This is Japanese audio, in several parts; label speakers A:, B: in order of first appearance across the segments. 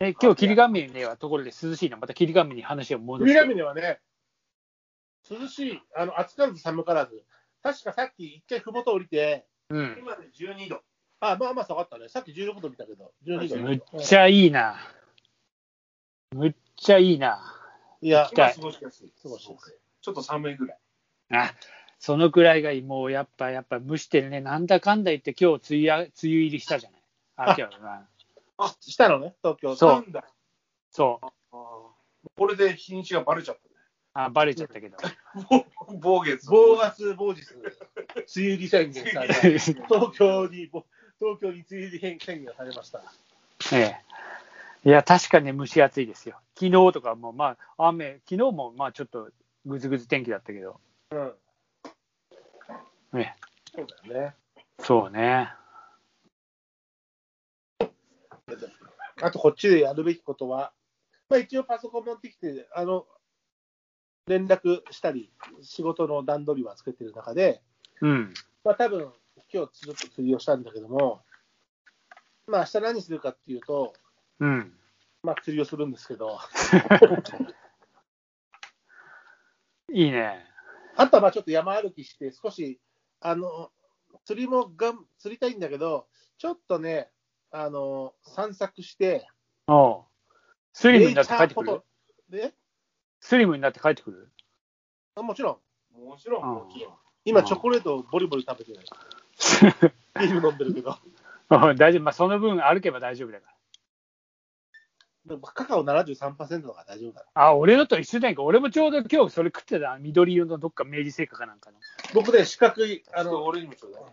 A: ね、今日霧ヶ峰はところで涼しいな、また霧ヶ峰に話を戻
B: 霧
A: して
B: ヶ。峰はね、涼しい、あの暑からず寒からず、確かさっき一回ふもと降りて、
A: うん。
C: 今で12度。
B: あ、まあまあ下がったね、さっき16度見たけど、12度、
A: むっちゃいいな。むっちゃいいな。
B: いや、
C: 今過ごしやすい。
B: 過ごしやす
C: ちょっと寒いぐらい。
A: あ、そのくらいがいい。もうやっぱ、やっぱ蒸してるね。なんだかんだ言って今日梅雨や、梅雨入りしたじゃない。あ、今日な。
B: いしたのね、東京。
A: そう
C: なんだ。
A: そう。
C: あーこれで日にちがバレちゃっ
A: あ、バレちゃったけ ど。
C: たね。 暴月。
B: 暴月暴日、梅雨入り宣言 された。東京に、ぼ東京に梅雨入り宣言されました。
A: ええ。いや、確かに蒸し暑いですよ。昨日とかも、まあ、雨、昨日も、まあ、ちょっとぐずぐず天気だったけど。
B: うん、
A: ね、
B: そうだよね。
A: そうね。
B: あと、こっちでやるべきことは、まあ、一応パソコン持ってきて、あの、連絡したり、仕事の段取りは作ってる中で、
A: うん。
B: まあ、多分今日ちょっと釣りをしたんだけども、まあ、明日何するかっていうと、
A: うん。
B: まあ、釣りをするんですけ ど、
A: いいね。
B: あとはまあちょっと山歩きして、少し、あの、釣りもがん、釣りたいんだけど、ちょっとね、あの、散策して、
A: おうスリムになって帰ってくる
B: ネイチャーフォトで
A: スリムになって帰ってくる
B: あもちろん、
C: もちろん
A: うん
C: 大きいよ。
B: 今、
A: うん
B: チョコレートをボリボリ食べてる。ビール飲んでるけど、
A: おう大丈夫。まあ、その分歩けば大丈夫だか
B: でもカカオ73%だから大丈夫だ。
A: ら。あ、俺のと一緒だんか。俺もちょうど今日それ食ってた。緑色のどっか明治製菓かなんかの。
B: 僕ね、四角い、
C: あ
B: あ
C: の、
B: の、
C: 俺にもちょうだい。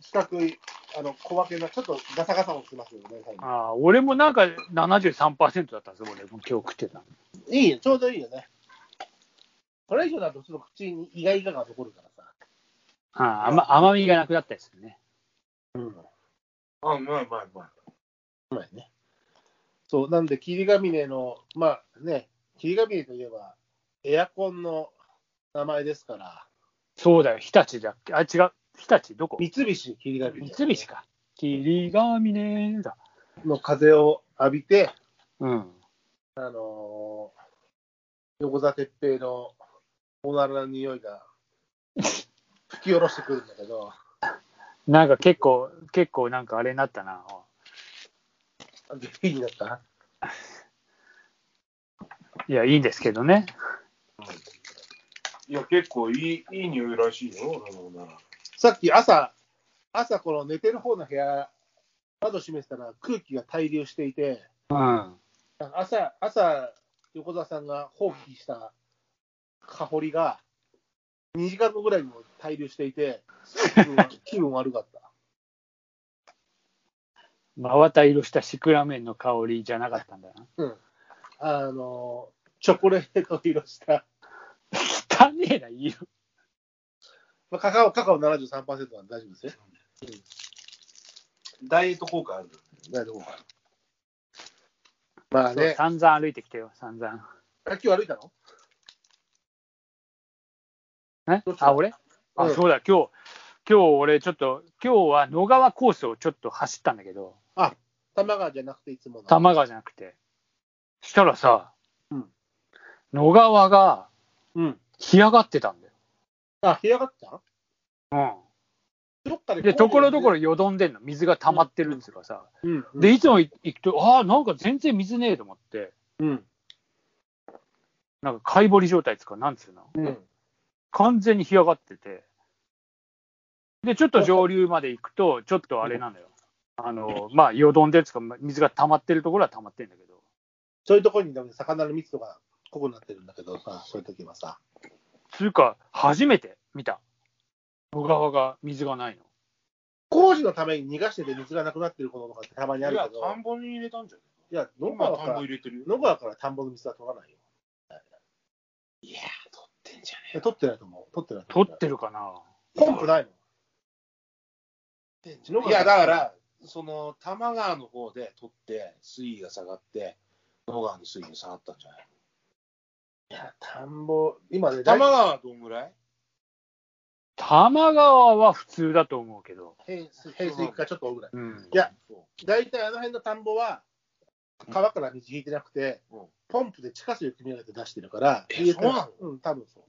B: 四角い、あの、小分けの、ちょっとガサガサもしてますよね、最近
A: あ俺もなんか73%だったぞ、俺。もう今日食ってた。
B: いいよ、ちょうどいいよね。これ以上だと、ちょっと口にイガイガが残るからさ。
A: あ甘甘みがなくなったりするね。
B: うん。う
C: あ、うまいうまいうまい。
B: まいね。そう、なんで、霧ヶ峰の、まあね、霧ヶ峰といえば、エアコンの名前ですから、
A: そうだよ。日立だっけあ、違う。日立どこ
B: 三菱霧ヶ峰。
A: 三菱か。霧ヶ峰だ。
B: の風を浴びて、
A: うん。
B: あのー横座鉄平のおならの匂いが吹き下ろしてくるんだけど、
A: なんか結構、結構なんかあれになったな。
B: あでいいだった
A: いや、いいんですけどね。
C: いや、結構いい、いい匂いらしいよ、俺のな。
B: さっき朝、朝この寝てる方の部屋、窓閉めてたら空気が滞留していて、
A: うん。
B: なんか朝、朝、横澤さんが放棄した香りが、2時間後ぐらいにも滞留していて、すごく気分が気分悪かった。
A: 真綿色したシクラメンの香りじゃなかったんだな。
B: あのー、チョコレート色した、
A: 汚ねえな、色。
B: まあ、カカオ、カカオ73%なんで大丈夫ですよ。
C: ダイエット効果ある。
B: 大丈夫か。まあね、
A: 散々歩いてきてよ、散々。
B: あ今日歩いたの
A: え
B: どうした
A: あ、俺あ、
B: うん
A: そうだ、今日、今日俺ちょっと、今日は野川コースをちょっと走ったんだけど、
B: 玉川じゃなくていつもの。
A: 多摩川じゃなくて。したらさ、
B: うん
A: 野川が
B: うん。
A: 干上がってたんだよ。
B: あ、干上がったどっか
A: う
B: で
A: ん。で、ところどころよどんでんの、水が溜まってるんですかさ。
B: ろ。うん。
A: で、いつも行くと、ああ、なんか全然水ねえと思って、
B: うん。
A: なんか買い堀状態ですか、なんつうの。
B: うん。
A: 完全に干上がってて、で、ちょっと上流まで行くと、ちょっとあれなのよ。あの、まあ、よどんでるんですか、水が溜まってるところは溜まってるんだけど、
B: そういうところに多分魚の密度が濃くなってるんだけどさ、そういう時はさ。
A: つうか、初めて見た。小川が水がないの。
B: 工事のために逃がしてて水がなくなってることとかってたま
C: い
B: にある
C: や
B: け、ど、
C: 田んぼに入れたんじゃ
B: いや、
C: ない
B: 野川か
C: 田ん
B: ら
C: ぼ、入れてるよ。
B: 野川から田んぼの水は取らないよ。
C: いや、取ってんじゃね
B: いや取ってないと思う。取ってないと思
A: 取
B: う。
A: ってるかな
B: ポンプないもん。野川
C: いや、だから、その、多摩川の方で取って、水位が下がって、野川の水位に下がったんじゃない
B: いや、田んぼ、今ね、
C: 多摩川はどんぐらい
A: 多摩川は普通だと思うけど。
B: 平水平水かちょっと多いぐらい。
A: うん。
B: いや
C: そ
B: 大体あの辺の田んぼは、川から水引いてなくて、
C: うん
B: ポンプで地下水を組み上げて出してるから、
C: えそうなの
B: うん、多分そ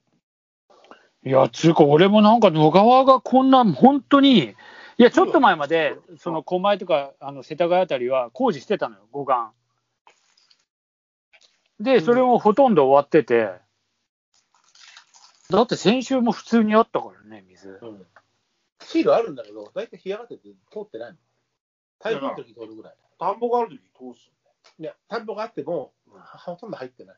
B: う。
A: いや、つうか、俺もなんか野川がこんな、本当に、いや、ちょっと前まで、その狛江とかあの世田谷あたりは工事してたのよ、護岸。で、それもほとんど終わってて、だって先週も普通にあったからね、水。
B: うんシールあるんだけど、大体干上がってて通ってないの。台風の時に通るぐらい。
C: 田んぼがある時に通すんだよ。
B: いや、田んぼがあっても、ほとんど入ってない。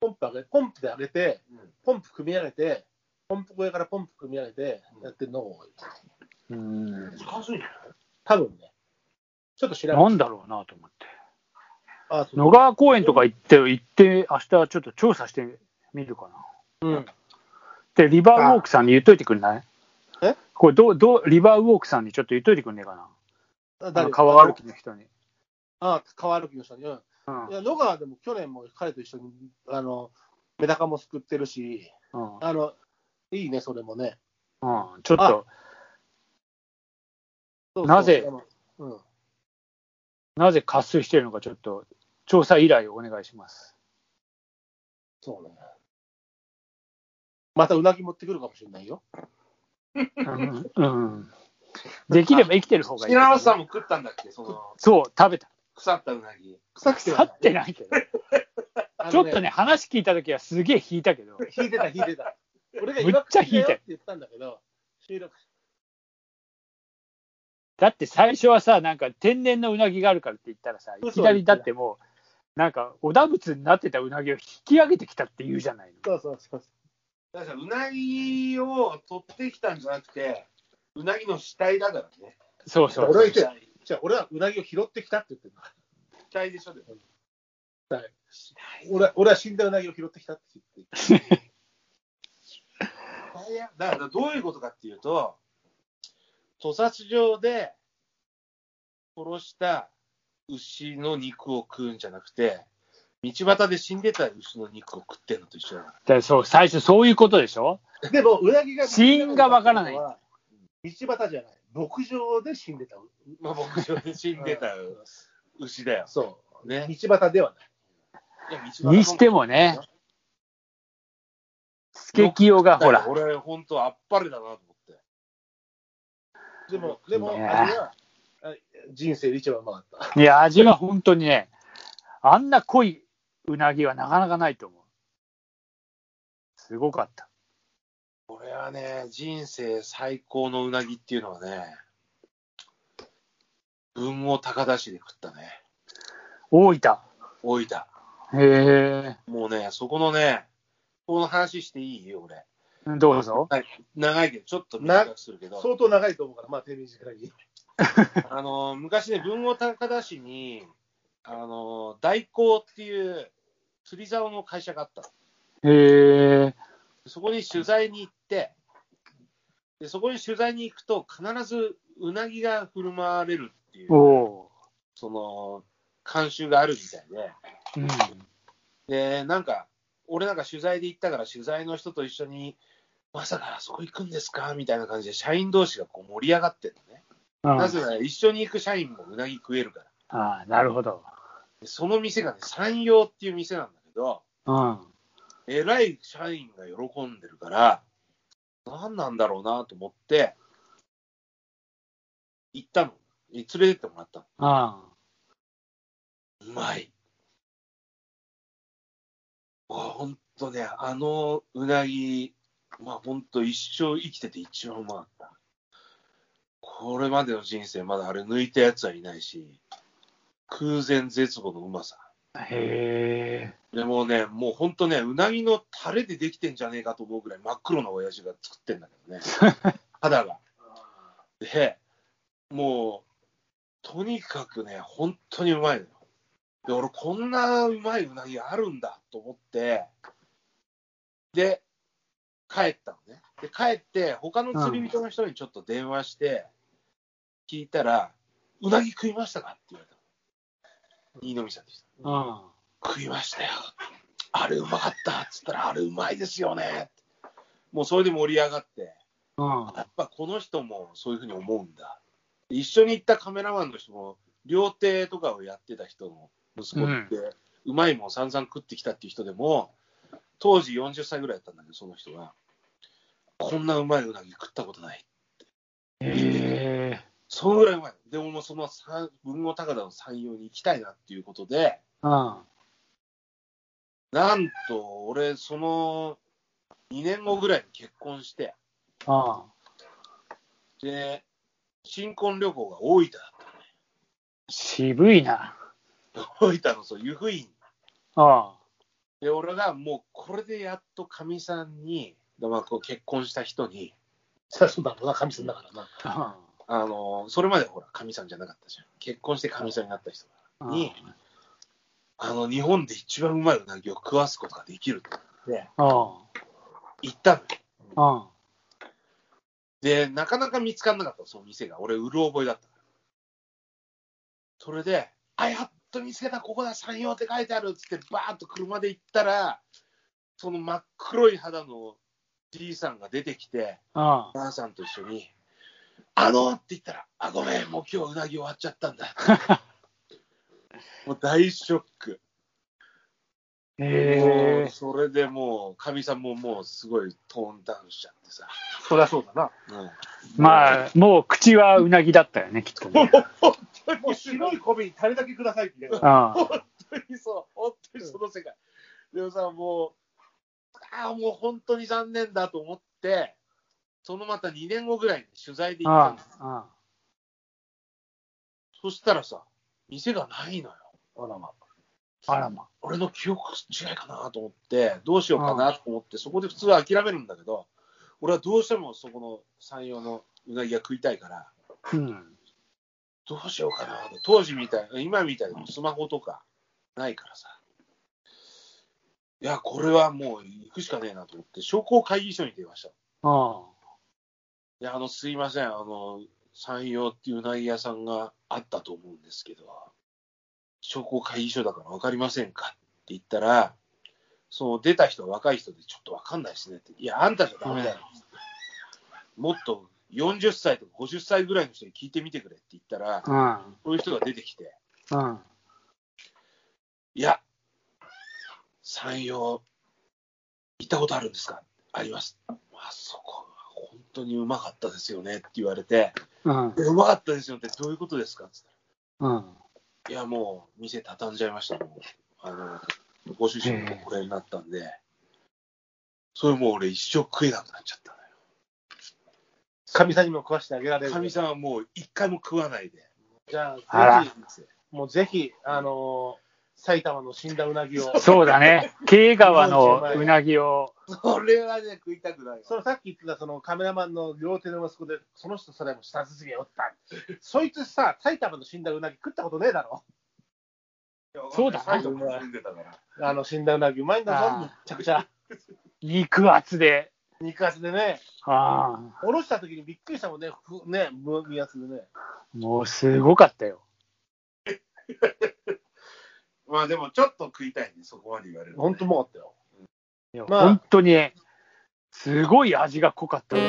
B: ポンプ上げ、ポンプで上げて、
C: うん
B: ポンプ組み上げて、ポンプ小屋からポンプ組み上げて
C: うん
B: やってるのが多い。
A: うん。
C: 難しいね。
B: 多分ね。ちょっと調べて
A: なんだろうなと思って。
B: あそう
A: 野川公園とか行って、行って、明日ちょっと調査してみるかな。
B: うん。
A: で、リバーウォークさんに言っといてくんない
B: え
A: これどう、どう、リバーウォークさんにちょっと言っといてくんねえかな。
B: あ
A: あの川歩きの人に。
B: あ、川歩きの人に。うん
A: うん
B: いや、野川でも去年も彼と一緒に、あの、メダカも救ってるし、
A: うん
B: あの、いいね、それもね。
A: うん、ちょっ
B: あ
A: と、
B: そうそう
A: なぜ
B: でもうん。
A: なぜ渇水しているのか、ちょっと調査依頼をお願いします。
B: そうね。またうなぎ持ってくるかもしれないよ。
A: うん、うんできれば生きてる方がいい。
C: 品川さんも食ったんだっけその、
A: そう、食べた。
C: 腐ったうなぎ。
B: 臭くて
A: 腐
B: は
A: ってないけど、
B: ない
A: ちょっと
B: あの
A: ね、話聞いたときはすげえ引いたけど、
B: 引いてた、引いてた。俺が
A: むっちゃ引いて
B: 違和感だよって言ったんだけど、収録。
A: だって最初はさ、なんか天然のうなぎがあるからって言ったらさ、いきなりだってもう、なんかおだぶつになってたうなぎを引き上げてきたって言うじゃないの。
B: そうそうそう。
C: だからうなぎを取ってきたんじゃなくて、うなぎの死体だからね。
A: そうそう
B: 俺は
A: そう
B: 言ってたじゃあ、俺はうなぎを拾ってきたって言ってるの
C: 死体でしょでも
B: 俺は俺は死んだうなぎを拾ってきたって言ってる。
C: だからどういうことかっていうと、屠殺場で殺した牛の肉を食うんじゃなくて、道端で死んでた牛の肉を食ってんのと一緒だから。
A: だからそう。最初そういうことでしょ
B: でも、うなぎが。
A: 死因がわからない
B: 道端じゃない。牧場で死んでた。
C: まあ、牧場で死んでた
B: うん
C: 牛だよ。
B: そう。
C: ね。
B: 道端ではない。
C: いや道端の
A: にしてもね、スケキヨがほら、
C: 俺、本当、あっぱれだなと思って。
B: でも、でも、あ
A: い
B: れ
A: やー
B: は、あ人生で一番うまかった。
A: いや、味は本当にね、あんな濃いうなぎはなかなかないと思う。すごかった。
C: これはね、人生最高のうなぎっていうのはね、文を高田市で食ったね。
A: 大分。
C: 大分。
A: へ
C: もうね、そこのね、この話していい俺。
A: え。どうぞ。
C: 長いけど、ちょっと短くするけど、
B: 相当長いと思うから、まあ、手短に。
C: あの、昔ね、文豪高田市に、あの、大光っていう釣り竿の会社があったの。
A: へえ。
C: そこに取材に行って、でそこに取材に行くと、必ずうなぎが振る舞われるってい
A: お
C: う、
A: お
C: その、慣習があるみたいで、
A: ー。うん。
C: で、なんか、俺なんか取材で行ったから、取材の人と一緒に、まさかあそこ行くんですかみたいな感じで、社員同士がこう盛り上がってるのね。
A: うん
C: なぜなら、一緒に行く社員もうなぎ食えるから。
A: ああ、なるほど。
C: でその店がね、山陽っていう店なんだけど、
A: うん。
C: えらい社員が喜んでるから、何なんだろうなと思って、行ったの。連れてってもらったの。
A: あ
C: うまい。あほんとね、あのうなぎ、まあほんと一生生きてて一番うまかった。これまでの人生まだあれ抜いたやつはいないし、空前絶後のうまさ。
A: あ。へえ。
C: でもうね、もうほんとね、うなぎのタレでできてんじゃねえかと思うぐらい真っ黒な親父が作ってんだけどね。肌が。で、もう、とにかくね、本当にうまいのよ。で、俺こんなうまいうなぎあるんだと思って、で、帰ったのね。で、帰って、他の釣り人の人にちょっと電話して、聞いたら、うなぎ食いましたかって言われたの。新見さんでした。
A: うん。
C: 食いましたよ。あれうまかったっつったら、あれうまいですよね。もうそれで盛り上がって、
A: うん。
C: やっぱこの人もそういうふうに思うんだ。一緒に行ったカメラマンの人も、料亭とかをやってた人の息子って、うまいもん散々食ってきたっていう人でも、当時40歳ぐらいだったんだけど、その人が、こんなうまいうなぎ食ったことない。
A: え
C: そのぐらいうまい。でももうその三文豪高田の山陽に行きたいなっていうことで、
A: えうん。
C: なんと、俺、その2年後ぐらいに結婚して、
A: あ
C: で、新婚旅行が大分だっ
A: 渋いな。
C: た。大分のそう、湯布院。
A: あ
C: で、俺がもうこれでやっとかみさんに、まあ、こう結婚した人に、
B: さそうだろうな、神さんだからな。
A: あ。
C: あのそれまでほら、かみさんじゃなかったじゃん。結婚してかみさんになった人が、
A: うん
C: にあの、日本で一番うまいうなぎを食わすことができると
A: あ
C: 言ったのよ。
A: あ。
C: で、なかなか見つからなかったの、その店が。俺、うる覚えだったから。それで、あ、やっと見つけた、ここだ、山陽って書いてあるっつって、バーっと車で行ったら、その真っ黒い肌のじいさんが出てきて、
A: ああ。
C: ばあさんと一緒に、あのーって言ったら、あ、ごめん、もう今日うなぎ終わっちゃったんだ。もう大ショック。も
A: え
C: う
A: え。
C: それでもう、かみさんももうすごいトーンダウンしちゃってさ。
B: そりゃそうだな。
A: まあ、もう口はうなぎだったよね、きっと ね。
B: もう白い米にタレだけくださいって言う
A: ああ。
C: 本当にそう、本当にその世界。でもさ、もう、ああ、もう本当に残念だと思って、そのまた2年後ぐらいに取材で行っ
A: あ
C: たんです。
A: あ。
C: そしたらさ、店がないのよ。
B: あらま。
A: あらま。
C: 俺の記憶違いかなと思って、どうしようかなと思って、そこで普通は諦めるんだけど、俺はどうしてもそこの山陽のうなぎが食いたいから、
A: うん。
C: どうしようかなと。当時みたい、今みたいにスマホとかないからさ。いや、これはもう行くしかねえなと思って、商工会議所に電話したの。
A: あ
C: いや、あの、すいません、あの、山陽っていううなぎ屋さんがあったと思うんですけど、商工会議所だから分かりませんかって言ったら、そう、出た人は若い人でちょっと分かんないですねって。いや、あんたじゃダメだよ。もっと40歳とか50歳ぐらいの人に聞いてみてくれって言ったら、
A: あ。うん。
C: そういう人が出てきて、
A: うん。
C: いや、山陽、行ったことあるんですかあります。あそこ、本当にうまかったですよねって言われて、
A: うん。
C: えうまかったですよってどういうことですかって
A: うん。
C: 言ったらいや、もう店畳んじゃいました。もうあのご主人もこれになったんで、それもう俺一生食えなくなっちゃったの
B: かみさんにも食わしてあげられ
C: よ。
B: る。
C: かみさんはもう一回も食わないで。
B: じゃ
A: あ
B: あ、
A: ら
B: ぜひ、もうぜひ、あのー埼玉の死んだうなぎを。
A: そうだね。慶川のうなぎを。
C: それはね、食いたくない
B: そのさっき言ってたそのカメラマンの両手の息子で、その人それも下すすげえおった。そいつさ、埼玉の死んだうなぎ食ったことねえだろ。
A: そうだ
C: 埼玉住んでたから。
B: あの死んだうなぎうまいんだぞ、
A: あー
B: めっちゃくちゃ。
A: 肉厚で。
B: 肉厚でね、
A: あ
B: おろした時にびっくりしたもんね、ふね、む身厚でね。
A: あ。もうすごかったよ。
C: まあでもちょっと食いたいね、そこまで言われるとね
B: ほんとうまかったよ。
A: いや
B: まあ
A: 本当に、すごい味が濃かった。
B: あ